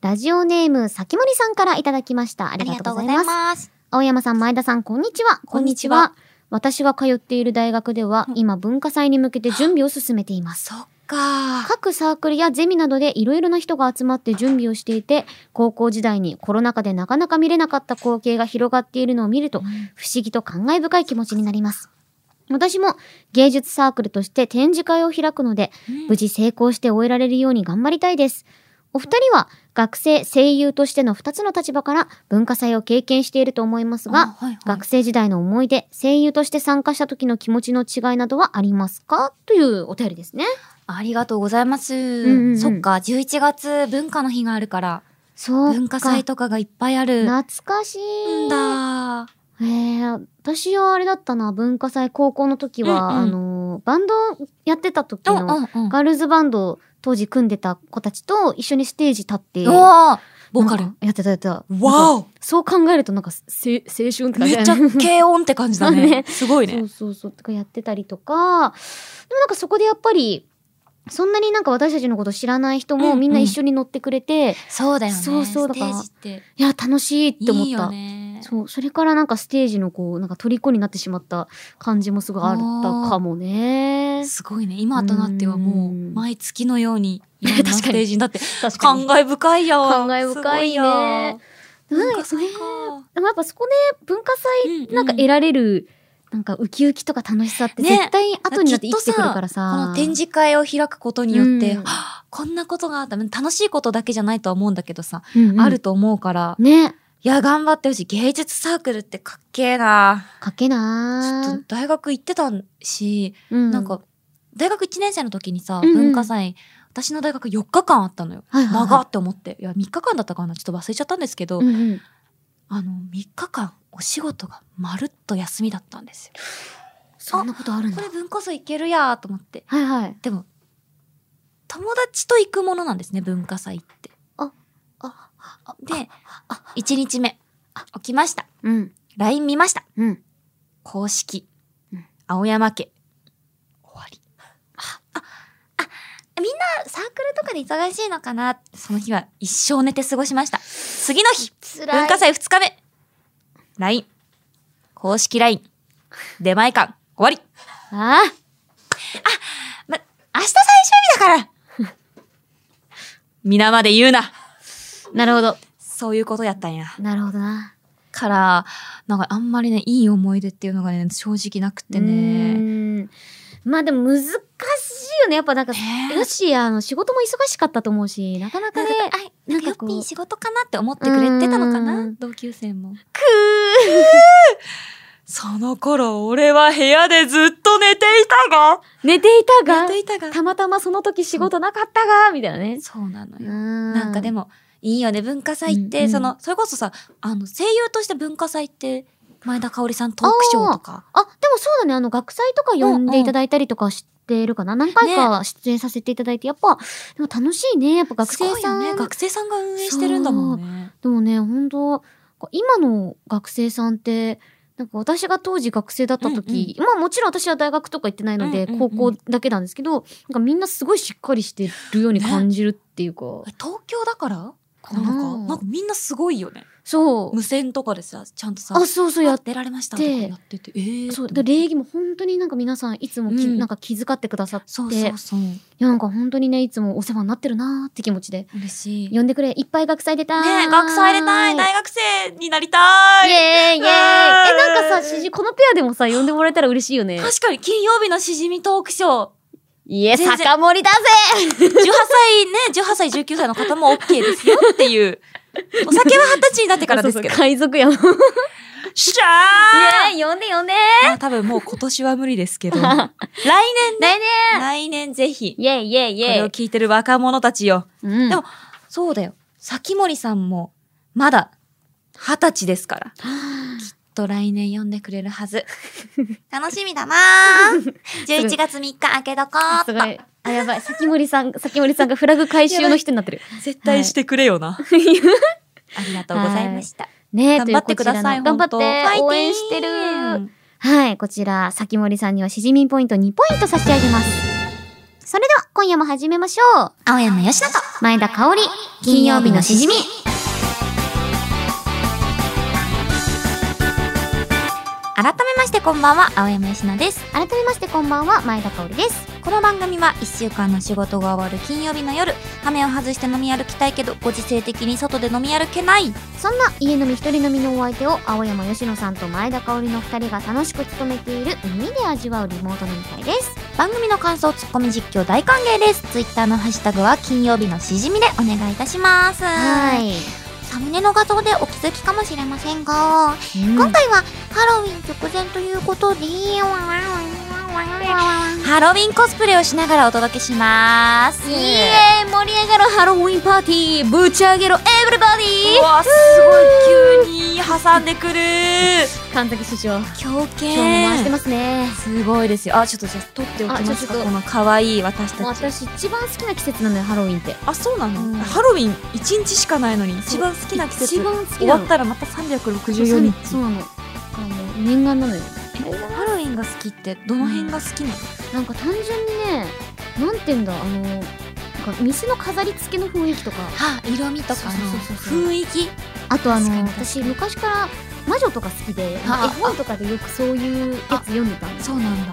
ラジオネーム、さきもりさんからいただきました。あありりががととううごござざいいます。ます。青山さん、前田さん、こんにちは。こんにちは。私が通っている大学では、うん今文化祭に向けて準備を進めています。そっか。各サークルやゼミなどでいろいろな人が集まって準備をしていて、高校時代にコロナ禍でなかなか見れなかった光景が広がっているのを見ると、不思議と感慨深い気持ちになります。私も芸術サークルとして展示会を開くので、無事成功して終えられるように頑張りたいです。お二人は学生、声優としての二つの立場から文化祭を経験していると思いますあが、はいはい学生時代の思い出、声優として参加した時の気持ちの違いなどはありますかというお便りですね。ありがとうございます。んうんそっか、11月文化の日があるから、そうか。文化祭とかがいっぱいあるん懐かしい。だ。えー、私はあれだったな、文化祭高校の時は、うんうんあのー、バンドやってた時うんの、うんうん。ガールズバンドを当時組んでた子たちと一緒にステージ立って、うわーボーカルなん。かやってたやってた。なんかわそう考えるとなんかせ青春ってお感じめっちゃ軽音って感じだねね。すご いそねう。そうそうとかやってたりとか、でもなんかそこでやっぱり、そんなになんか私たちのこと知らない人うんもうんみんな一緒に乗ってくれて、いそうだよね。そうそうだステからージって。や、楽しいって思った。いいよね。そう、それからなんかステージのこう、なんか虜になってしまった感じもすごいあったかもね。すごいね。今となってはもう、うん毎月のよう に、いろんな確スかにテージになって、確か感に。慨深いや感慨深いね。すごいやな文ん化か祭ねか。でもやっぱそこで文化うんう祭んなんか得られる、なんかウキウキとか楽しさってね絶対後になって生きてくるからさ。この展示会を開くことによって、うんはぁこんなことがあった。楽しいことだけじゃないとは思うんだけどさ、うんうんある。と思うから、ね。いや、頑張ってほしい。芸術サークルってかっけえなかけちなょっと大学行ってたし、うんなん、か、大学1年生の時にさ、うんうん文化祭、私の大学4日間あったのよ。はいはいはい長って思って。いや、3日間だったかなちょっと忘れちゃったんですけど、うんうんあの、3日間お仕事がまるっと休みだったんですよ。そんなことあるんこだれ。文化祭行けるやーと思って。はいはい。でも、友達と行くものなんですね、文化祭って。あああで、1日目。起きました。うん。 LINE 見ました。うん。公式うん。青山家。終わり。あ、あ、みんなサークルとかで忙しいのかなその日は一生寝て過ごしました。次の日辛い。文化祭2日目 !LINE。公式 LINE。出前館。終わり。ああ。ま、明日最終日だから 皆まで言うななるほど。そういうことやったんや。なるほどな。から、なんかあんまりね、いい思い出っていうのがね、正直なくてうね。ーん。まあでも難しいよね。やっぱなんか、ねえよし、あの、仕事も忙しかったと思うし、なかなかね。あ、ななんんかかよこっうぴー仕事かなって思ってくれてたのかうなん同級生も。く その頃、俺は部屋でずっと寝ていたがー寝ていたが寝ていたがたまたまその時仕事なかったがみたいなね。そうなのよ。ななんかでも、も、いいよね、文化祭って、うんうんその、それこそさ、あの、声優として文化祭って、前田香織さんトークショーとか。あ、でもそうだね、あの、学祭とか呼んでいただいたりとかしてるかな。何回か出演させていただいて、やっぱ、でも楽しいね。やっぱ学生すさん。ごいよね、学生さんが運営してるんだもんね。でもね、本当こう今の学生さんって、なんか私が当時学生だった時、まあもちろん私は大学とか行ってないので、うんうんう高ん校だけなんですけど、なんかみんなすごいしっかりしてるように感じるっていうか、東京だからかなななんか、なんかみんなすごいよね。そう。無線とかでさ、ちゃんとさ、あ、そうそう、ややっってられましたとかやってて、えー、そう、ってで礼儀も本当になんか皆さんいつもき、うんなんか気遣ってくださって、そういそうそう。やなんか本当にね、いつもお世話になってるなーって気持ちで、嬉しい。ね呼んでくれ、いっぱい学祭出たーい。え学祭出たい大学生になりたイいエーイイエーイえ、うんなんかさ、しじこのペアでもさ、呼んでもらえたら嬉しいよね。確かに金曜日のしじみトークショー、いえ、全然酒盛りだぜ18歳ね、18歳、19歳の方も OK ですよっていう。お酒は二十歳になってからですけど。海賊やもん。しゃーえ、呼んで呼んでまあ多分もう今年は無理ですけど。 来年ね。来年来年ぜひ。イェイイェイイこれェをイ聞いてる若者たちよ。うんでもそうだよ。先森さんも、まだ、二十歳ですから。きっと来年呼んでくれるはず。 楽しみだなー。11月3日 明けどこーっすとごい。あ、やばい。先森さん、先森さんがフラグ回収の人になってる。 絶対してくれよな。 ありがとうございました。ねえ、頑張ってください。とうこちらの頑張って、本当応援してる。ファイティーンはい、こちら、先森さんにはしじみポイント2ポイント差し上げます。それでは今夜も始めましょう。青山よしなと。前田香織、金曜日のしじみ。改めましてこんばんは、青山よしなです。改めましてこんばんは、前田香織です。この番組は1週間の仕事が終わる金曜日の夜、羽目を外して飲み歩きたいけど、ご時世的に外で飲み歩けない。そんな家飲み一人飲みのお相手を青山吉野さんと前田香織の二人が楽しく務めている耳で味わうリモート飲み会です。番組の感想、ツッコミ実況大歓迎です。ツイッターのハッシュタグは金曜日のしじみでお願いいたします。はい。サムネの画像でお気づきかもしれませんが、今回はハロウィン直前ということで、ハロウィンコスプレをしながらお届けします。イエーイ盛り上がるハロウィンパーティーぶち上げろエブリバデうわ、すごい急に挟んでくる。ィ神崎師匠、今日狂も回して犬。ますね。すごいですよ。あ、ちょっとじゃあ撮っておきまあすちょっか。とこの可愛い私もうたち。私一番好きな季節なのよ、ハロウィンって。あ、そうなの、うんハロウィン一日しかないのに一番好きな季節。一番好き終なわの。ったらまた364日そう。なの。あの念願なのよ。ハロウィンが好きってどの辺が好きななの、んか単純にね、なんていうんだ、あの、なんか店の飾り付けの雰囲気とか、は色味とかのそうそうそうそう雰囲気あとあ確かのに確かに私昔から魔女とか好きであ絵本とかでよくそういうやつ読んでたんですそうなんだ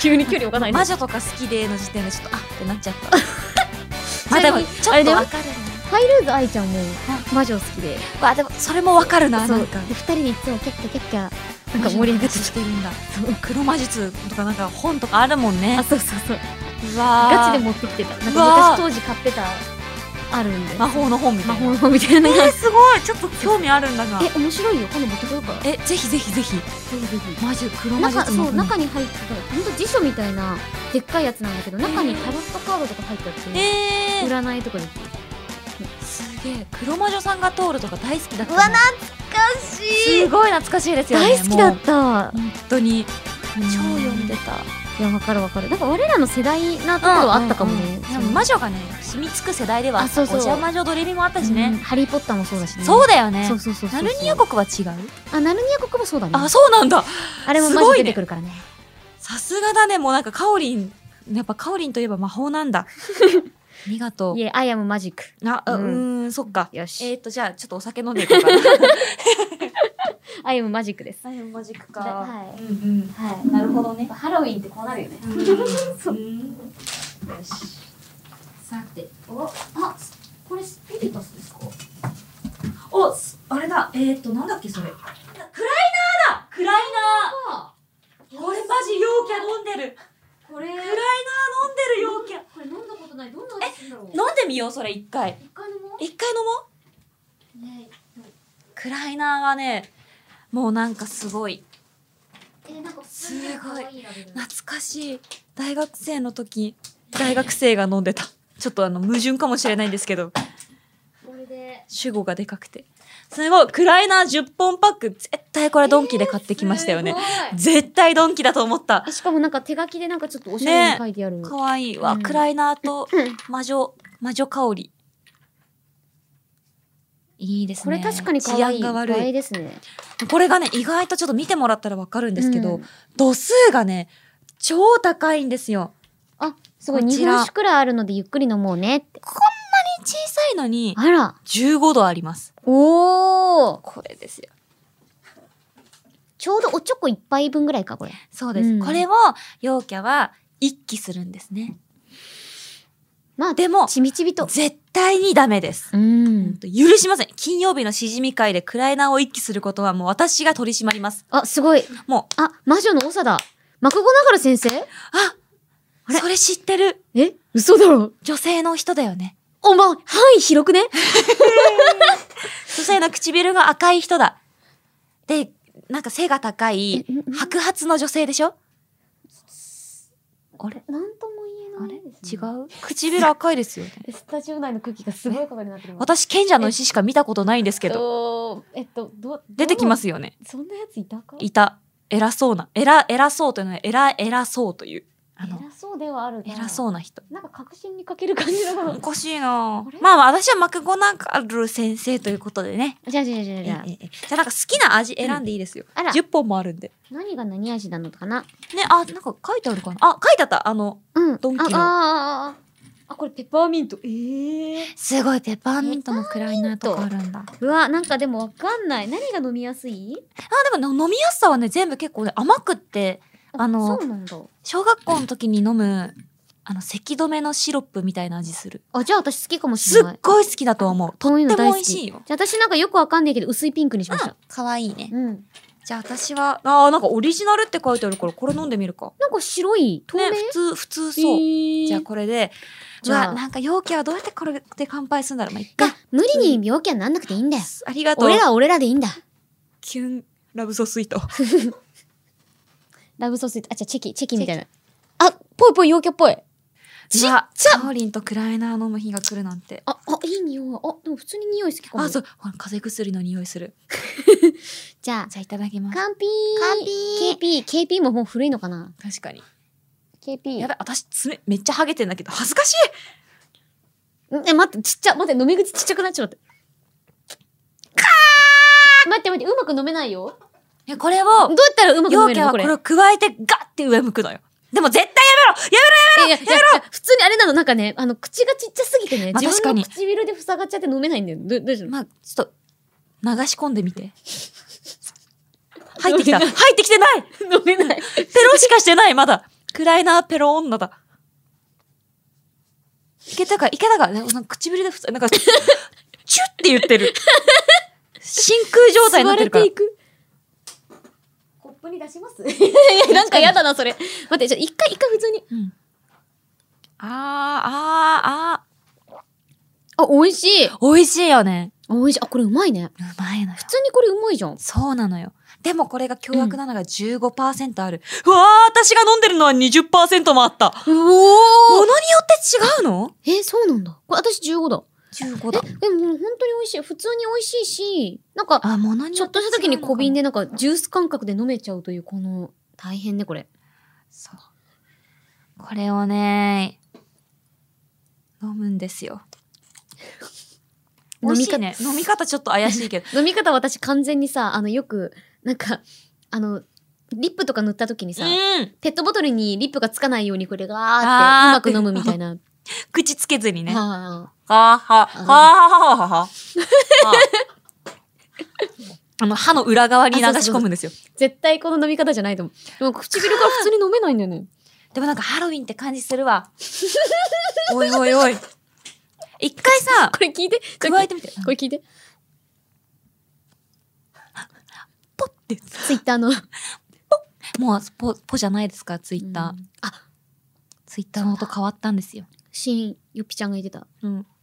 急に距離置かな魔女とか好きでの時点でちょっとあってなっちゃった まあちなでもみにちあょっれだとよわかるハイルーズ愛ちゃんも魔女好きでなわでもそれもわかるなそうなんでか二人でいつもキャッキャキャッキャなんか盛り上がってたしてるんだ黒魔術とかなんか本とかあるもんねあそうそうそううわーガチで持ってきてたなんうわかー昔当時買ってたあるんで魔法の本みた魔いな法のみたいなえー、すごいちょっと興味あるんだがえ面白いよ今度持ってこようからえぜひぜひぜひぜひぜひ魔術黒魔中術のそう本中に入ってた本当辞書みたいなでっかいやつなんだけど中にタロットカードとか入ったやつえー、占いとかできるすげえ黒魔女さんが通るとか大好きだったうわなしすごい懐かしいですよね大好きだもっうた本当に超超読んでたいやわかるわかるなんか我らの世代なところはあったかもね、うんうんうんでも魔女がね染みつく世代ではあったあそうそうお邪魔女ドレミもあったしうんね、ハリー・ポッターもそうだしねそうだよねそうそうそうそうナルニア国は違うあナルニア国もそうだねあそうなんだあれもマすごジいね出てくるからねさすがだねもうなんかカオリンやっぱカオリンといえば魔法なん だありがとういえアイアムマジックああううーんんそっかよしえっ、ー、とじゃあちょっとお酒飲んでいこう かなアイアムマジックです大変マジックかはいうんはうんなるほどねいハロウィンってこうなるよねうんうんよしさておあこれスピリタスですかおすあれだえっ、ー、となんだっけそれクライナーだクライあナーこれマジ陽キャ飲んでるこれクライナー飲んでる陽これ飲んだことないどんな味するんだろうキャ飲んでみようそれ一回一回飲も一回飲もううねクライナーはねもうなんかすごいえなんかすごいいラベル懐かしい大学生の時大学生が飲んでたちょっとあの矛盾かもしれないんですけどこれで主語がでかくてすごいクライナー10本パック絶対これドンキで買ってきましたよね、すごい絶対ドンキだと思ったしかもなんか手書きでなんかちょっとおしゃれに書いてある。かわいいわ、うんクライナーとうん魔女魔女香りいいですねこれ確かに可愛い。治安が映え悪いですね。これがね意外とちょっと見てもらったらわかるんですけど、うん度数がね超高いんですよあ、すごい。こ日ちら本酒くらいあるのでゆっくり飲もうねって。小さいのにあら。 15度ありますおお。これですよちょうどおちょこ一杯分ぐらいか、これ。そうです、うんこれを陽キャは一気するんですねまあ、でもちびちびと。絶対にダメです、うん。許しません金曜日のしじみ会でクライナーを一気することはもう私が取り締まりますあ、すごい。もうあ、魔女の長だ。マクゴナガル先生ああれそれ知ってるえ嘘だろ。女性の人だよねおま、範囲広くね女性の唇が赤い人だでなんか背が高いえんん白髪の女性でしょあれなんとも言えあなれいです違ね。う唇赤いですよね。う。スタジオ内の空気がすごいことになってる 私、賢者の石しか見たことないんですけど、ど。えっと、ど、。出てきますすよね。そんなやついたかいた。偉そうな。偉、偉そうというのは、偉、偉そうという。あの、そうではあるが偉そうな人。う。なんか確信に欠ける感じお の。かしいなあれまあまあ私はマクゴナガル先生ということでね。じゃあじゃあじゃあええじゃあええじゃあなんか好きな味選んでいいですよ。あら10本もあるんで。何が何味なのかなね、あ、なんか書いてあるかなあ、書いてあった。あの、うん。ドンああーあキのーあーあ、これペッパーミント。ええすごいペパーミントの位なとこあるんだ。あ、うわ、なんかでもわかんない。何が飲みやすいでもね飲みやすさはね、全部結構ね、甘くって、あのそうなんだ。小学校の時に飲む、あの、咳止めのシロップみたいな味する。あ、じゃあ私好きかもしすれっない。ごい好きだと思う。とこういうっての大も好美味しき。いじゃよ。あ私なんかよくわかんないけど薄いピンクにしました。かわいいね。うん。じゃあ私は、あーなんかオリジナルって書いてあるから、これ飲んでみるか。なんか白い透明ね、普通、普通そう。じゃあこれで、じうゃあわ、なんか容器はどうやってこれで乾杯するんだろう。まあ、いっか。が無理に病気はなんなくていいんだよ。ありがとう。俺らは俺らでいいんだ。キュン、ラブソスイート。ラブソースイート。あ、じゃあチェキ、チェキみたいな。あ、ぽいぽい陽キャっぽい。ちっちゃサオリンとクライナー飲む日が来るなんて。あ、あ、いい匂い。あ、でも普通に匂い好きかも。あ、そう。ほら風邪薬の匂いする。じゃあ、じゃあいただきます。カンピー。カンピー。KP、KP ももう古いのかな確かに。 ?KP。やばい、私、爪、めっちゃハゲてんだけど、恥ずかしいんえ、待って、ちっちゃ、待って、飲み口ちっちゃくなっちゃうって。待って待って、うまく飲めないよ。いや、これどうをや、ったらうまく飲容め器るのはここれ。れを加えて、ガッて上向くのよ。でも絶対やめろやいやいやいや普通にあれなの、なんかね、あの、口がちっちゃすぎてね、まあ自確か分のに唇で塞がっちゃって飲めないんだよ。ど、どうしためのろまあ、ちょっと、流し込んでみて。入ってきた。入ってきてない飲め ない。ペロしかしてない、まだ。クライナーペロ女だ。いけたか、いけたか。なんか唇で普通、なんか、チュッて言ってる。真空状態になってるから吸われてい。く。コップに出します なんかやだな、それ。待って、ちょ、一回、一回普通に。うん、ああ、美味しい。ー、あー、あー、美味しいよね。美味しい。あ、これうまいね。うまいのよ。普通にこれうまいじゃん。そうなのよ。でもこれが凶悪なのが15%ある。うわー、私が飲んでるのは20%もあった。おものによって違うのえ、そうなんだ。これ私15だ。 ?15 え、でも本当に美味しい。普通に美味しいし、なんか、あ、ものにちよょっとした時に小瓶でなんかジュース感覚で飲めちゃうという、この、大変ね、これ。そう。これをね、飲むんですよ。飲飲みみ方方、ね、飲み方ちょっと怪しいけど。飲み方私完全にさ、あの、よく、なんか、あの、リップとか塗った時 にさ、うん。ペットボトルにリップがつかないようにこれがーあーってうまく飲むみたいな。口つけずにね。はああはあ、はあはあはあはあはああの、歯の裏側に流し込むんですよ。ー絶対この飲み方じゃないと思う。でも唇から普通に飲めないんだよね。でもなんかハロウィンって感じするわ。 おいおいおい。一回さこ、れ聞いて。加えてみて。これ聞いて。ポッて。ツイッターの。もう、ポ、ポじゃないですか、ツイッター。あ、ツイッターの音変わったんですよ。新ゆっぴちゃんが言ってた。うん。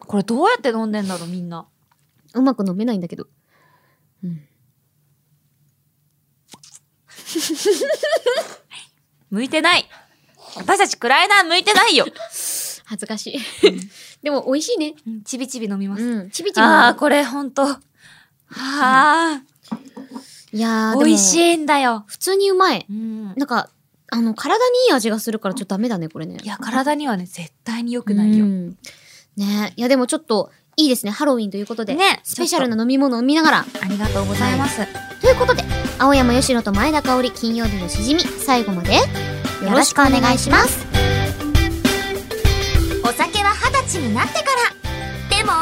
これどうやって飲んでんだろうみんな。うまく飲めないんだけど。向いてない私たちクライナー向いてないよ、恥ずかしい。 でも美味しいね。ちびちび飲みます。うん。ちびちび。ああ、これほんと。はあ、いやー、でも美味し。いんだよ。普通にうまい。うん。なんか、あの、体にいい味がするからちょっとダメだね、これね。いや、体にはね、絶対に良くないよう。んねいやでもちょっといいですねハロウィンということで、ねスペシャルな飲み物を見ながらありがとうございます。ということで青山佳乃と前田香織金曜日のしじみ最後までよろしくお願いしますお酒は二十歳になってからでも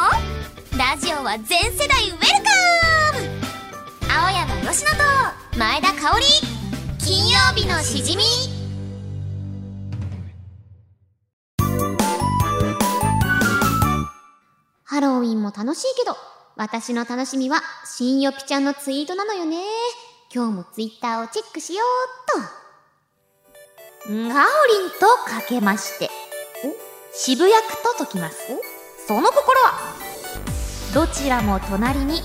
ラジオは全世代ウェルカム青山佳乃と前田香織金曜日のしじみハロウィンも楽しいけど私の楽しみは新よぴちゃんのツイートなのよね今日もツイッターをチェックしようっとガオリンとかけまして渋谷区と解きますその心はどちらも隣に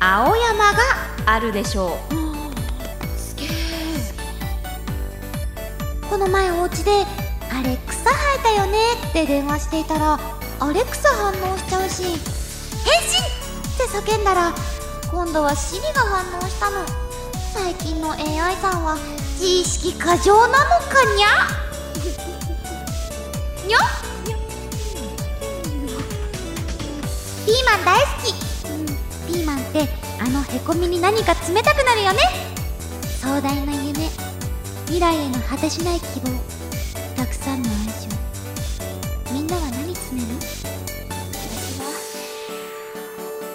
青山があるでしょうこの前お家で「あれ草生えたよね」って電話していたら「アレクサ反応しちゃうし変身!」って叫んだら今度はシリが反応したの最近の AI さんは自意識過剰なのかにゃ にゃピーマン大好きピーマンってあのへこみに何か冷たくなるよね壮大な夢未来への果てしない希望たくさんの愛情みんなは何詰める私は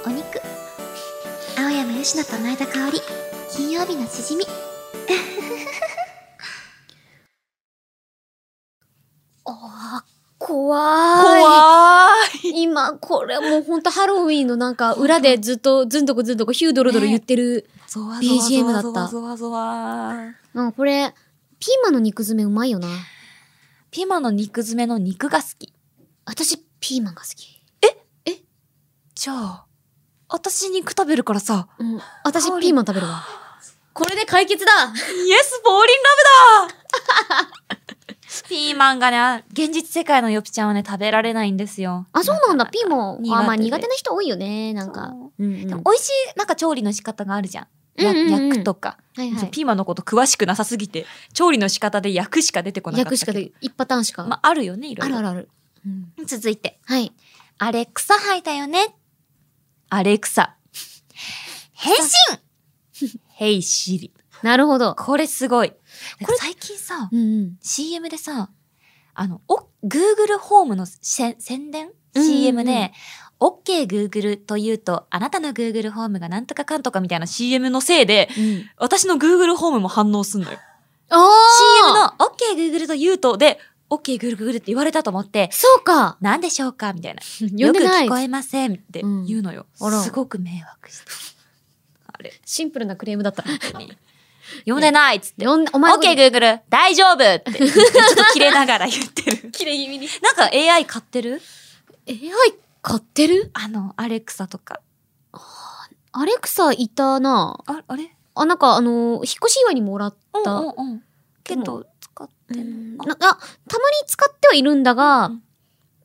お肉青山吉野と前田香織金曜日のしじみあー怖い。怖い。今、これもうほんとハロウィンのなんか裏でずっとずんどこずんどこヒュードロドロ言ってる。ゾワ BGM だったゾワゾワ。うん、これ、ピーマンの肉詰めうまいよな。ピーマンの肉詰めの肉が好き。私、ピーマンが好き。じゃあ、私肉食べるからさ。うん。私、ピーマン食べるわ。これで解決だイエス、ボーリンラブだ ピーマンがね、現実世界のヨピちゃんはね、食べられないんですよ。あ、そうなんだ。ピーマン。苦手であ、まあ苦手な人多いよね。なんか。そううんうんでも美味しい、なんか調理の仕方があるじゃん。やうんうんうん焼くとか、はいはそうい。ピーマンのこと詳しくなさすぎて、調理の仕方で焼くしか出てこなかった役しけど。かで、一パターンしか。まあ、あるよね、いろあいるろ。あるある。うん続いて。はい。あれ、草生えたよね。アレクサ。変身ヘイシリ。なるほど。これすごい。これ最近さ、うんうん。 CM でさ、あの、お、Google ホームのせ宣伝うんうんうん ?CM で、OK Google というと、あなたの Google ホームがなんとかかんとかみたいな CM のせいで、うん、私の Google ホームも反応すんのよ。あ CM あの OK Google というとで、OK Google って言われたと思 って、そうか なんでしょうかみたいな。読よんくでない聞こえませんって言うのよ。うんあらすごく迷惑して。あれ、シンプルなクレームだった。本当に。読んで ないっつって。読 んで、お前 OK、Google! 大丈夫って。 ちょっと切れながら言ってる。綺麗気味に。 なんか AI 買ってる AI 買ってるあの、アレクサとか。アレクサいたなあ、あれあ、なんかあのー、引っ越し祝いにもらっうんた。うんうん。けど、使ってうないんあなあ、たまに使ってはいるんだが、うん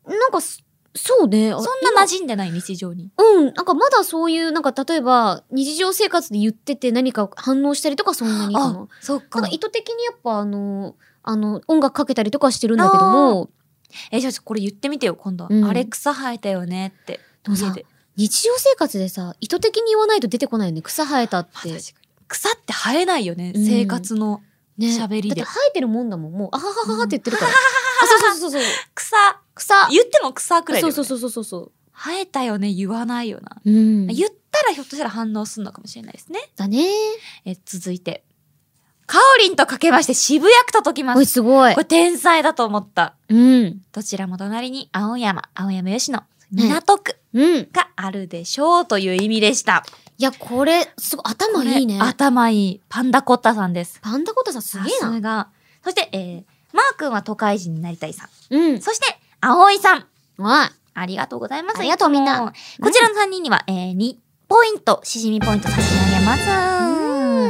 なんかそ、そうね。あそんな馴染んでない日常に。今うん、なんかまだそういう、なんか例えば、日常生活で言ってて何か反応したりとかそんなにかな。そうなかんか意図的にやっぱあのー、あの、音楽かけたりとかはしてるんだけども、え、じゃあこれ言ってみてよ、今度。うんアレクサ生えたよねって。でも家さで。日常生活でさ、意図的に言わないと出てこないよね。草生えたって。草って生えないよね、うん生活の。ね喋りでだって生えてるもんだもん。もう、あははははって言ってる から。あ、そうそうそうそう。草。草。言っても草くらいだそようねそうそうそうそうそう。生えたよね言わないよな、うん言ったらひょっとしたら反応するのかもしれないですねだね。え続いてかおりんとかけまして渋谷区と解きますおい、すごいこ。れ天才だと思ったうん。どちらも隣に青山青山吉野港区うん。いがあるでしょうという意味でした、や、これ、すごい、頭いいねこ。れ頭いいパンダコッタさんですパンダコタさんすげえさなす。がそして、えーマー君は都会人になりたいさんうん。そして葵さんおい。ありがとうございます。ありがとうみんなもこちらの3人には、えー、2ポイント、しじみポイント差し上げます。は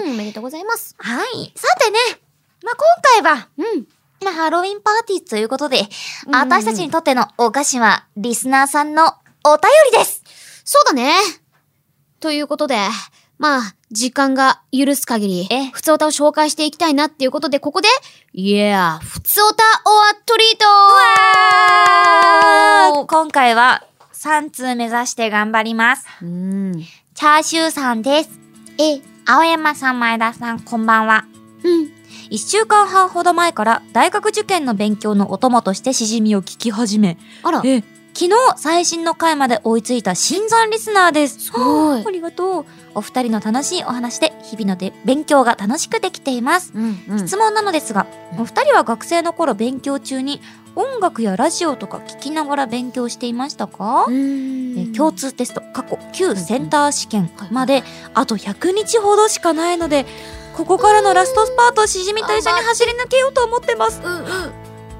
うん。おめでとうございます。い。さてね、まあ、今回は、うん。まあハロウィンパーティーということで、うん私たちにとってのお菓子は、リスナーさんのお便りです。そうだね。ということで、まあ、時間が許す限りえ、ふつおたを紹介していきたいなっていうことで、ここで、イエーふつおたオアトリートあわー今回は、3通目指して頑張ります。うん。チャーシューさんです。え、青山さん、前田さん、こんばんは。うん。一週間半ほど前から大学受験の勉強のお供としてしじみを聞き始め、あら。え、昨日最新の回まで追いついた新参リスナーです。ごいありがとう。お二人の楽しいお話で日々ので勉強が楽しくできています。うん、うん。質問なのですが、お二人は学生の頃勉強中に音楽やラジオとか聞きながら勉強していましたか、ええ共通テスト過去旧センター試験はいまであと100日ほどしかないのでここからのラストスパートをしじみと一緒に走り抜けようと思ってますうんうん。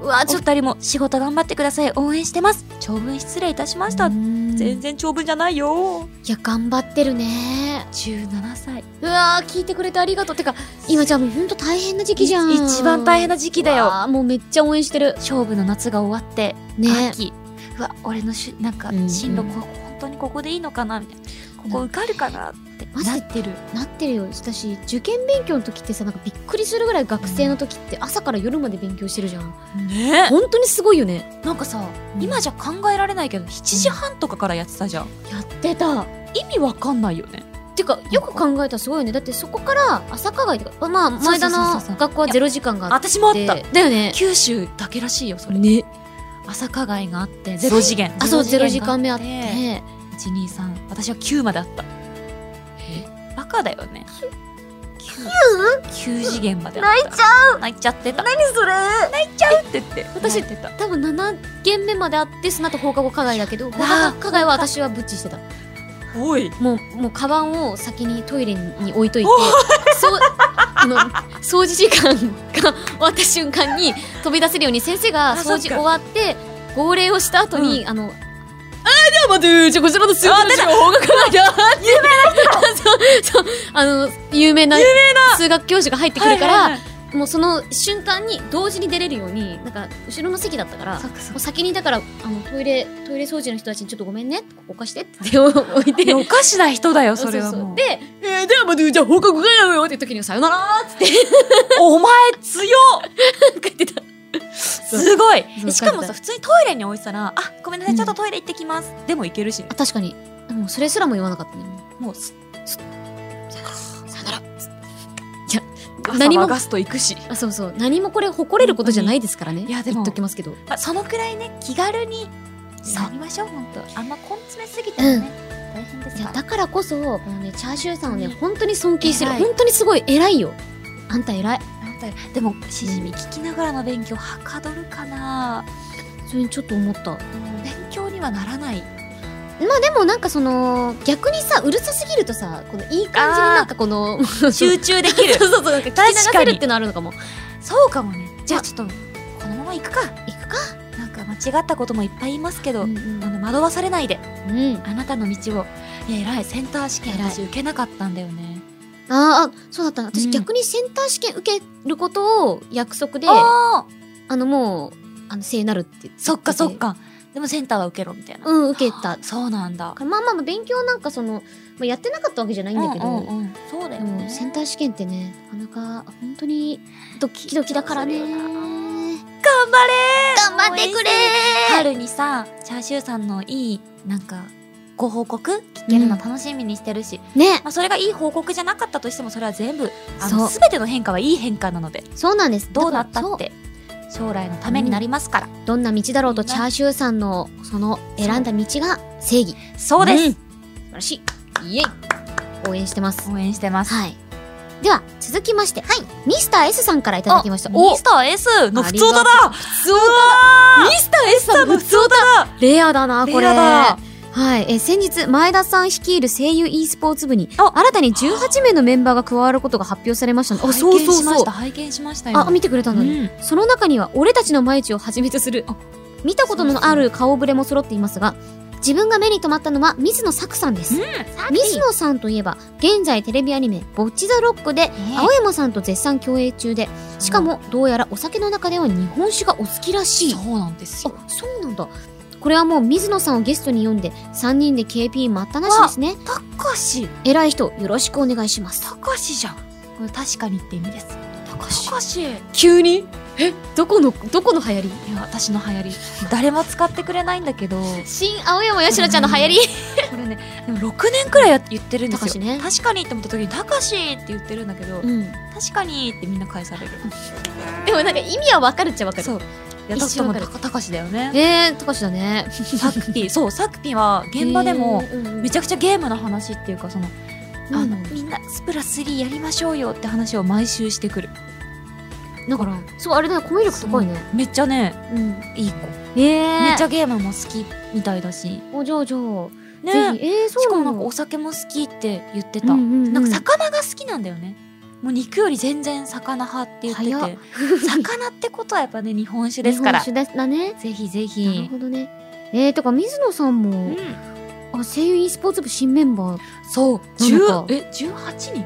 うわ、おちょっ二人も仕事頑張ってください応援してます長文失礼いたしましと。た全全。然長文じゃないよいや、頑張ってるね。 17歳うわー、聞いてくれてありがとう。てか、今じゃあもうほんと大変な時期じゃん。一番大変な時期だうよわー。もうめっちゃ応援してる。勝負の夏が終わって、ね秋うわ俺のしなんかうん進路こ、本当にここでいいのかなみたいなこここ受かるかなってマジなでってるなってるよ私受験勉強の時ってさなんかびっくりするぐらい学生の時って朝から夜まで勉強してるじゃんね本当にすごいよねなんかさ、うん今じゃ考えられないけど7時半とかからやってたじゃんやってた意味わかんないよねてかよく考えたらすごいよねだってそこから朝課外とかまあそうそう前そ田うそうの学校はゼロ時間があっ私もあってただよね九州だけらしいよそれ、ね朝課外があってゼロ次元あそうゼロ時が間目あって123私は9まであったえバカだよね9次元まであった泣いちゃう泣いちゃってた何それ泣いちゃうって言って私私ってた多分7件目まであってその後放課後課外だけど放課後課外は私はブッチしてたおいもうもうカバンを先にトイレに置いといてそうあの掃除時間が終わった瞬間に飛び出せるように先生があ掃除そっ終かわって号令をした後に、あの「あーでは待てじゃあこちらの数学の授業法学が有名な人 そうそうあの有名な数学教師が入ってくるから、はいはいはもうその瞬間に同時に出れるようになんか後ろの席だったからいそっかそっもう先にだからあのトイレトイレ掃除の人たちにちょっとごめんねここ貸してって手を置いてかおかしな人だよそれはううもううで、えー、ではまあじゃあ報告会やろうよって時にさよならーっつってお前強っ言ってた。すごいそうしか感もじたさ普通にトイレに置いてたら「あごめんなさいちょっとトイレ行ってきます」でも行けるしあ確かに。でもそれすらも言わなかったね。もうすさよなら。いや朝何はもガスト行くしあそうそう何もこれ誇れることじゃないですからね。当にいやでも言っときますけど。あそのくらいね気軽にそうやりましょう本当あんま根詰めすぎてもね、大変ですいかやらだからこそこのねチャーシューさんをねうん本当に尊敬してる。偉い本当にすごい偉いよ。あんた偉い。なんだよでもしじみ聞きながらの勉強はかどるかな、それにちょっと思った。勉強にはならないまあでもなんかその逆にさうるさすぎるとさこのいい感じになんかこの集中で きる そうそうそうなんか聞き流確かせるにってのあるのかも。そうかもねじゃああちょっとこのまま行くかいくか。なんか間違ったこともいっぱい言いますけど、うんあの惑わされないでうん。うんあなたの道をいや偉いセンター試験偉い私受けなかったんだよねあーあそうだった私、うん逆にセンター試験受けることを約束であああのもうあの聖なるって言てそっかそっかでもセンターは受けろみたいな、うん受けたそうなんだまあまあまあ勉強なんかその、まあ、やってなかったわけじゃないんだけど、うんうんうんそうだでよもねセンター試験ってねなかなか本当にドキドキだからね緊張するよ頑頑張れ張ってくれ春にさチャーシューさんのいいなんかご報告聞けるの楽しみにしてるし、ねまあ、それがいい報告じゃなかったとしてもそれは全部あそのう全ての変化はいい変化なのでそうなんですどうなっただかっらて将来のためになりますから、そうどんな道だろうとみんなチャーシューさんのその選んだ道が正義そうです、ん素晴らしいイエイ応援してます応援してますはい。では、続きまして、ミスター S さんからいただきました。ミスター S の普通歌だ普通ミスター S さんの普通だレアだな、これ。レアだはい。え、先日、前田さん率いる声優 e スポーツ部に、あ新たに18名のメンバーが加わることが発表されましたのあ、拝見しました。拝見しましたよあ、見てくれたたんだね。ねその中には俺たちの毎日をはじめとするあ見たことのある顔ぶれも揃っていますが自分が目に留まったのは水野作さんです、水野さんといえば現在テレビアニメ「ボッチ・ザ・ロック」でえ青山さんと絶賛共演中でしかもどうやらお酒の中では日本酒がお好きらしいあそうなんですよそうなんだこれはもう水野さんをゲストに呼んで3人で KP 待ったなしですねたかし偉い人よろしくお願いしますたかしじゃんこれ確かにって意味ですたかしたかしい急にえどこのどこの流行りや私の流行り誰も使ってくれないんだけど新青山よしのちゃんの流行りこれね、でも6年くらいや言ってるんですたかしよ。ね確かにって思った時に「たかし」って言ってるんだけど「うん確かに」ってみんな返される。でもなんか意味はわかるっちゃわかる。そう。いや一だって瞬もわうかるたたかしだよね。えー、高しだね。さっ ぴそうさっぴは現場でもえー、めちゃくちゃゲームの話っていうかその、ああのの、みんなスプラ3やりましょうよって話を毎週してくる。だから、そう、あれだね、コミュ力高いね。めっちゃねうん。いい子。えー、めっちゃゲームも好きみたたいだし。お嬢嬢。ね。ぜひ、えー、しかそうもななんかのお酒も好きって言ってうた。んうんうんなんか魚が好きなんだよね。もう肉より全然魚派って言って。早 って魚ってことはやっぱね日本酒ですから日本酒だだね。ぜひなぜるひほどね。えー、とか、水野さんうもん、あ、声優 e スポーツ部新メンバー、そうなん10かえ18人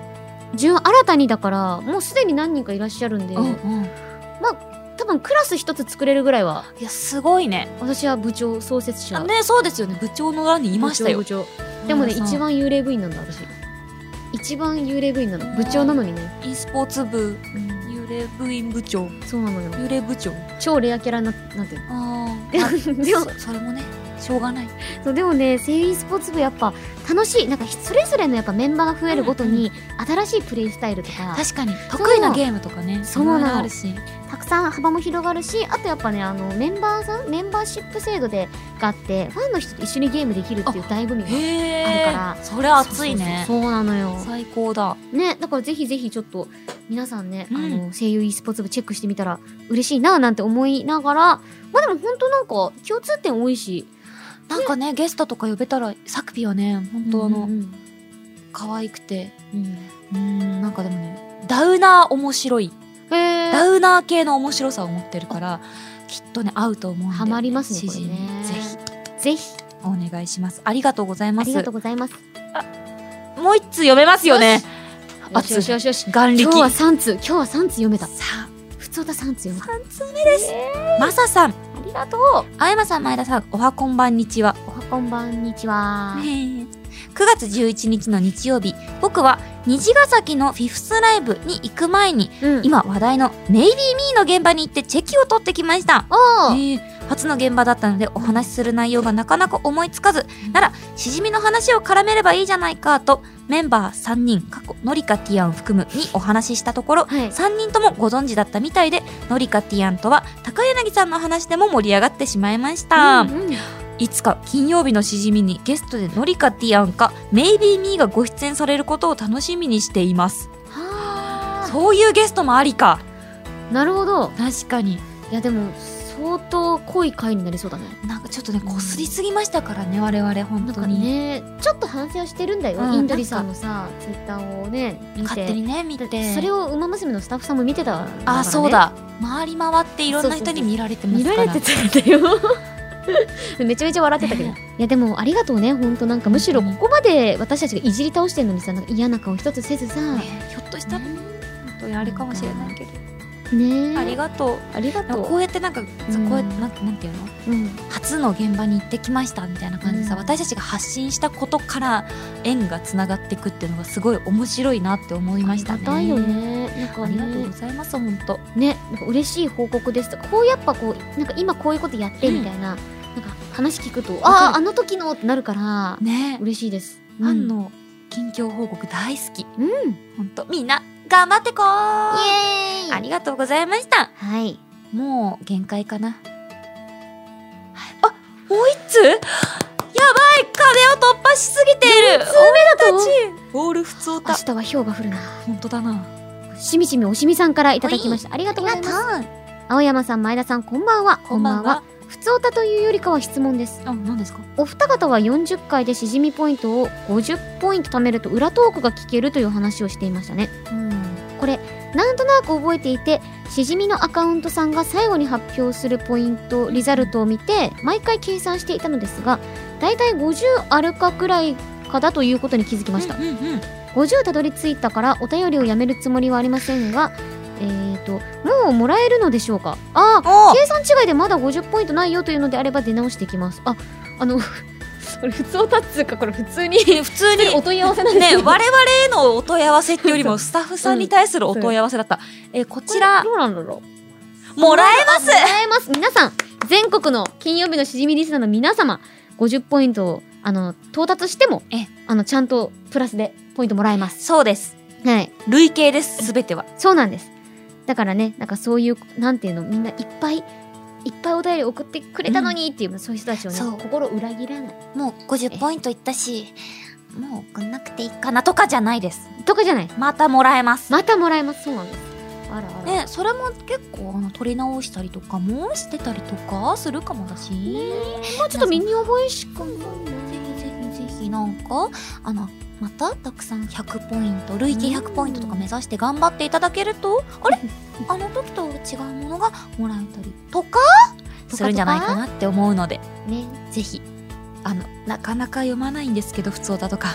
順、新たにだから、もうすでに何人かいらっしゃるんで、うんうん多分クラス一つ作れるぐらいは、いやすごいね私は部長、創設者。あねそうですよね部長の欄にいましたよ部長部でもね、そう一番幽霊部員なんだ、私。一番幽霊部員なの。部長なのにね。 e スポーツ部幽霊部員部長そうなのよ。幽霊部長超レアキャラな、なんていうあ ーでもあでもそそれもねしょうがないのそう。でもね、声優スポーツ部やっぱ楽しい。なんか、それぞれのやっぱメンバーが増えるごとに、新しいプレイスタイルとか、確かに得意なゲームとかねそうなのいろいろあるしたくさん幅も広がるし、あとやっぱね、あの、メンバーさん、メンバーシップ制度で、があって、ファンの人と一緒にゲームできるっていう醍醐味が。へあるえからそれ熱いねそうそうそうそうなのよ。最高だね、だからぜひぜひちょっと皆さんね、うんあの声優 e スポーツ部チェックしてみたら嬉しいななんて思いながらまあでも本当なんか共通点多いしなんかねゲストとか呼べたらサクピはね本当あうのん可愛くてうんうんなんかでもねダウナー面白いうんへダーウナー系の面白さを持ってるからきっとね合うと思うんでハマりますね知これ人ねぜぜひひお願いしますありがとうございあますりがとうございますもう一通読めますよねよしよしよしよし眼力今日は3通今日は3通読めたさあ普通だ3通読めた3通目です、マサさんありがとうおはあやまさん前田さんおはこんばんにちはこんばんにちは9月11日の日曜日僕は虹ヶ崎のフィフスライブに行く前にうん今話題のネイビーミーの現場に行ってチェキを取ってきましたおーねえ初の現場だったのでお話しする内容がなかなか思いつかずならしじみの話を絡めればいいじゃないかとメンバー3人過去のりかティアンを含むにお話ししたところはい3人ともご存知だったみたいでのりかティアンとは高柳さんの話でも盛り上がってしまいました、うんうんいつか金曜日のしじみにゲストでのりかティアンかメイビーミーがご出演されることを楽しみにしていますはそういうゲストもありかあなるほど確かにいやでも相当濃い回になりそうだねなんかちょっとねこすりすぎましたからね我々本なん当かに、ねちょっと反省はしてるんだよ、うんインドリさんのさツイッターをね見勝手てにね見てそれを「ウマ娘」のスタッフさんも見てたから、ね、あそうだ回り回っていろんな人に見られてま見すからられてたんだよ めちゃめちゃ笑ってたけどいやでもありがとうね本当なんかむしろここまで私たちがいじり倒してるのにさなんか嫌な顔一つせずさねねひょっとしたらね本当にあれかもしれないけど、えありがとうありがとうこうやってなんか、そうこうやってなんかなんていうのうん初の現場に行ってきましたみたいな感じでさ、うん私たちが発信したことから縁がつながっていくっていうのがすごい面白いなって思いましたあねりがたいよねなんかありがとうごねざいます本当ねなんか嬉しい報告ですとかこうやっぱこうなんか今こういうことやってみたいな、なんか話聞くとあああの時のってなるからね嬉しいです。ファンの近況報告大好きうん。イエ本当みんな頑張ってこーーイありがとうございましたはい。もう限界かなあもう一通やばい壁を突破しすぎていると俺たちボール普通明だ日は氷が降るな。本当だなしみしみおしみさんからいただきました。ありがとうございます。ありがと青山さん、前田さん、こんばんは。うこんばんは。ふつおたというよりかは質問です。あ何ですかお二方は40回でしじみポイントを50ポイント貯めると裏トークが聞けるという話をしていましたね。これ、なんとなく覚えていて、しじみのアカウントさんが最後に発表するポイント、リザルトを見て、毎回計算していたのですが、だいたい50あるかくらいかだということに気づきました。うんうんうん50たどり着いたからお便りをやめるつもりはありませんが、えー、ともうもらえるのでしょうかああおー計算違いでまだ50ポイントないよというのであれば出直していきますああの これ普通おたっつうかこれ普通に普通にお問い合わせなんですけね我ど々へのお問い合わせっていうよりもスタッフさんに対するお問い合わせだった、えーこちらどうなんだろもらえうまあすもらえます皆さん全国の金曜日のしじみリスナーの皆様50ポイントをあの到達してもええあのちゃんとプラスでポイントもらえますそうですはい累計ですすべてはそうなんです。だからね、なんかそういう、なんていうの、みんないっぱい、いっぱいお便り送ってくれたのにっていう、そういう人たちをねそう、心裏切らない。もう50ポイントいったしもう送んなくていいかなとかじゃないですとかじゃないです。またもらえますまたもらえます。そうなんです。あらあら。ね、それも結構あの取り直したりとかもしてたりとかするかもだし、まあちょっと身に覚えしかないぜひぜひぜひなんかあのまたたくさん100ポイント累計100ポイントとか目指して頑張っていただけるとあ れあの時と違うものがもらえたりとかとかするんじゃないかなって思うのでね。ぜひあのなかなか読まないんですけど普通だとか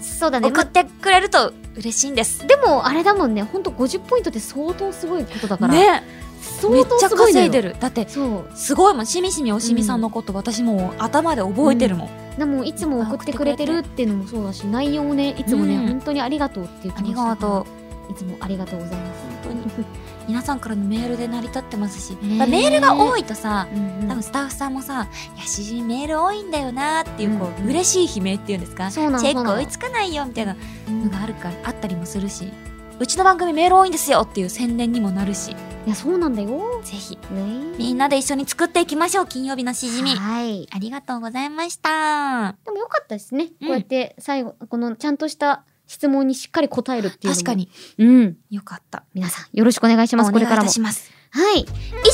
そうだね。ま送っあてくれると嬉しいんです。でも、あれだもんね、ほんと50ポイントって相当すごいことだから。。め相っ当ちゃすごいのよ稼いで。るだってそう。すごいもんしみしみおしみさんのこと、私もう頭で覚えてるもん、でもいつも送ってくれてるっていうのもそうだし内容もねいつもね、うん本当にありがとうっていうあ気持りちだがからとう。いつもありがとうございます本当に。皆さんからのメールで成り立ってますし、ねえだからメールが多いとさ、うんうん多分スタッフさんもさ、いや、詩人メール多いんだよなっていう、こう、うん嬉しい悲鳴っていうんですか、そうなのチェそうッなのク追いつかないよみたいなうんのがあるから、あったりもするし、うちの番組メール多いんですよっていう宣伝にもなるし、いやそうなんだよぜひ、ねみんなで一緒に作っていきましょう、金曜日のしじみ。はいありがとうございました。でもよかったですね、うんこうやって最後このちゃんとした質問にしっかり答えるっていうのも確かに、うんよかった。皆さんよろしくお願いしますおこ願れいいからたもします。はい以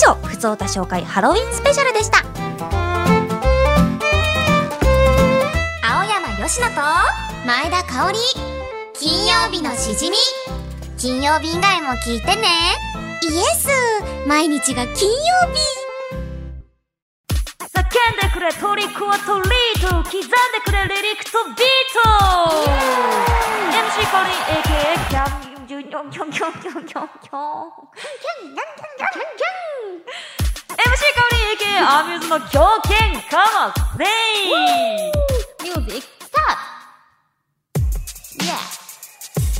上、ふつおた紹介ハロウィンスペシャルでした。青山よしのと前田香織金曜日のしじみ金曜日以外も聞いてねイエス毎日が金曜日叫んでくれトリックはトリート刻んでくれリリックとビート MC コリン AKA キャンキョンキョンキョンキョンキョンキョン MC コリン AKA アミューズの狂犬カマスレイミュージックスタート Yeah!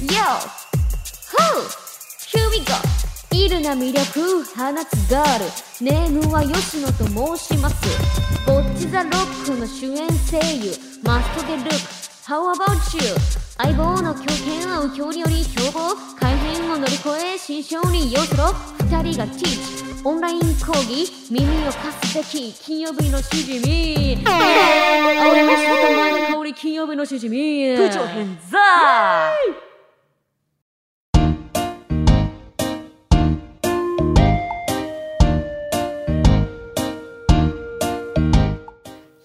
Yo! Who! Here we go! いるな魅力放つガールネームは吉野と申しますボッチザロックの主演声優マストでルック How about you? 相棒の狂犬は右京により凶暴改変を乗り越え新勝によそろ二人がティーチオンライン講義耳を貸すべき金曜日のしじみ青山仕事前の香り金曜日のしじみ部長編ザー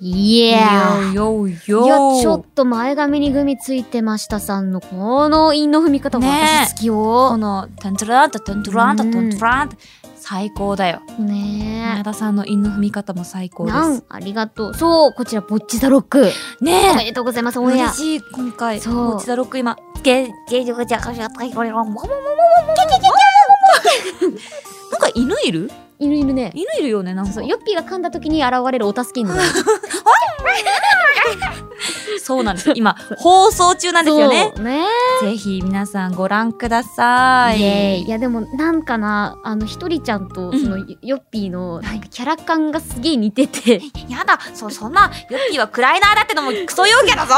イエーよよいや、ちょよっと前髪にグミついてましたさんの、この韻の踏み方もねえ私好きこよ。の、トントランとトントランとトントランと、最高だよ。ね前田さんの韻の踏み方も最え。高でなん、ありがとう。そう、こちら、ぼっちザロック。す。おねめでとうございます、えオンエア嬉。しい、今回。そうこちら6今。ゲゲジョジャカジャタイコレロン。もももももももなんか犬いる犬いるね。犬いるよね、なんか。そう、ヨッピーが噛んだ時に現れるお助け 犬だよ。そうなんですよ。今、放送中なんですよね。そう。ねぜひ皆さんご覧くださえ。い。イエーイいや、でも、なんかな、あの、ひとりちゃんと、うんその、ヨッピーの、なんかキャラ感がすげえ似てて、やだ、そう、そんな、ヨッピーはクライナーだってのもクソ陽キャだぞ。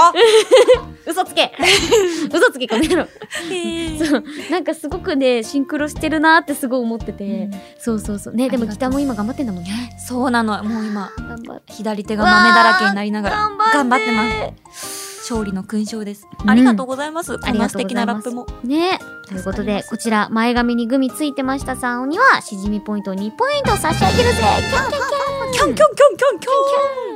嘘つけ 嘘つけ、この野郎。 そうなんかすごくねシンクロしてるなってすごい思ってて、そうそうそうねでもありがとギタうーも今頑張ってんだもんねそうなの、もう今。頑張って左手が豆だらけになりながら頑張ってます勝利の勲章です、ありがとうございますこんな素敵なラップもねということでこちら前髪にグミついてましたさんにはしじみポイントを2ポイント差し上げるぜキャキョンキャンンキョンキョンキョンキョ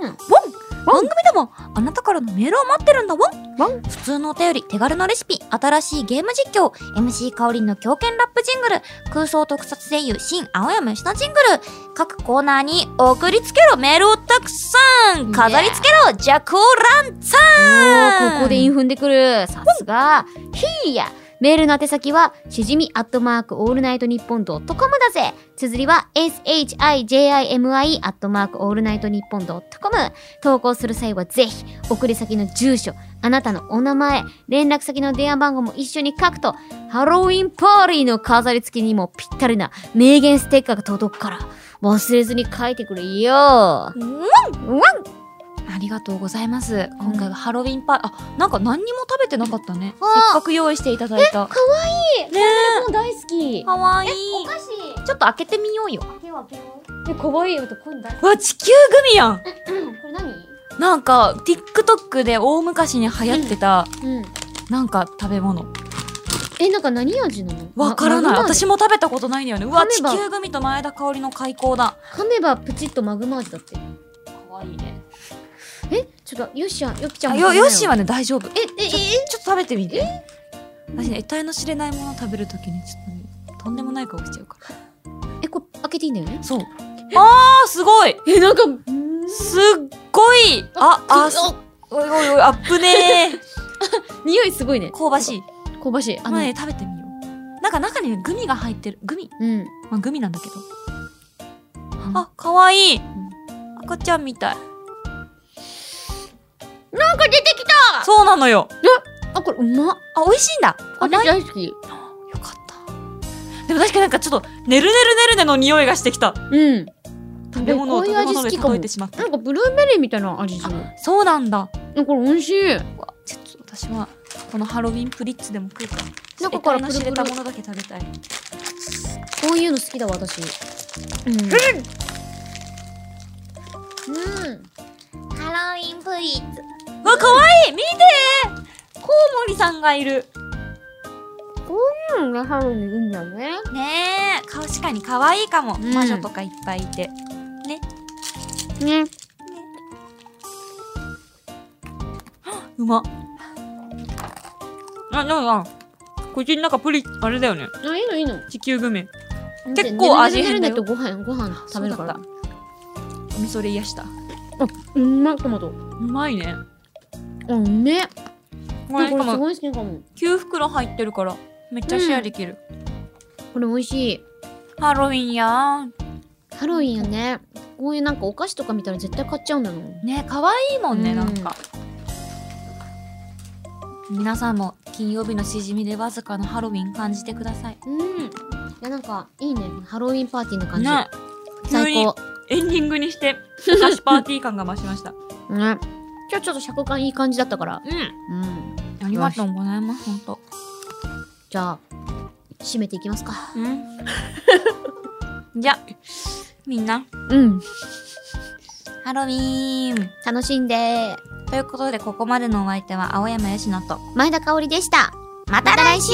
ンワン番組でもあなたからのメールを待ってるんだワンワ普通のお便り手軽なレシピ新しいゲーム実況 MC かおりんの狂犬ラップジングル空想特撮声優新青山下ジングル各コーナーに送りつけろメールをたくさん飾りつけろジャクオランツァンおーここでインフンでくるさすがひーやメールの宛先は、しじみアットマークオールナイトニッポンドットコムだぜ綴りは、shijimi アットマークオールナイトニッポンドットコム投稿する際はぜひ、送り先の住所、あなたのお名前、連絡先の電話番号も一緒に書くと、ハロウィンパーリーの飾り付けにもぴったりな名言ステッカーが届くから、忘れずに書いてくれよわんわんありがとうございます。今回はハロウィンパー、あ、なんか何にも食べてなかったね。せっかく用意していただいた。かわいいねもう大好きかわいい。菓子ちょっと開けてみようよ。手を開けよう。で、可愛いよと今度。うわ、地球グミやん。うん、これ何？なんか、TikTok で大昔に流行ってた、うん。なんか食べ物。え、なんか何味なの？わからない。マグマ味私も食べたことないんだよね。うわ、噛地めば球グミと前田香織の開口だ。噛めばプチッとマグマ味だって。かわいいね。え、ちょっとよっしゃ、よっぴちゃんあもよ、食べなよし。はね、大丈夫。え、え、え、ちょっと食べてみて。私ね、得体の知れないものを食べるときに、ちょっとね、とんでもない顔しちゃうから。え、これ開けていいんだよね？そう。あー、すごいえ、なんか。すっごいあ、あ、あすおいおいおい、あっぶね ー匂いすごいね。香ばしい。香ばしい。あまあね、食べてみよう。なんか中にねグミが入ってる。グミうん。まあグミなんだけど。あ、かわいいん。赤ちゃんみたい。なんか出てきたそうなのよ。あ、これうまっ。あ、美味しいんだ。甘私い大好き。よかった。でも確かになんかちょっと、ねるねるねるねの匂いがしてきた。うん。食べ物こをうい食うべ味物好できかも例えてしまった。なんかブルーベリーみたいな味する。そうなんだ。うんこれ美味しい。うわちょっと私は、このハロウィンプリッツでも食うか。中から得体の知れたものだけ食べたい。こういうの好きだわ、私。うん。うん。ハロウィンプリッツうわ、かわいい見てコウモリさんがいる。うん、ハロウィンいいんだね。ねえ、か確かに可愛いかも。ん魔女とかいっぱいいて。ね。うま。あ、でもな、口の中プリ、あれだよね。あ、いいのいいの。地球グミ。結結構構味味変変だだよ。よとご飯ご飯食べるからそ。お味噌で癒した。うんまいトマト。うまいね。うんめ。ここれれしすかもごい好きかも。 9袋入ってるから、めっちゃシェアできる。これ美味しい。ハロウィンやハロウィンよね。こういうなんかお菓子とか見たら絶対買っちゃうんだよ。ーね可愛いもんね、うんなんか。皆さんも金曜日のしじみでわずかのハロウィン感じてください。うん。いやなんかいいね。ハロウィンパーティーな感じ。ね最高。エンディングにして、お菓子パーティー感が増しました。ね。今日ちょっと尺感いい感じだったから。うん。うん。ありがとうございます、ほんと。じゃあ締めていきますか。うん。じ ゃあ、みんな、うん。ハロウィーン。楽しんで。ということで、ここまでのお相手は青山よしのと、前田香織でした。また来週。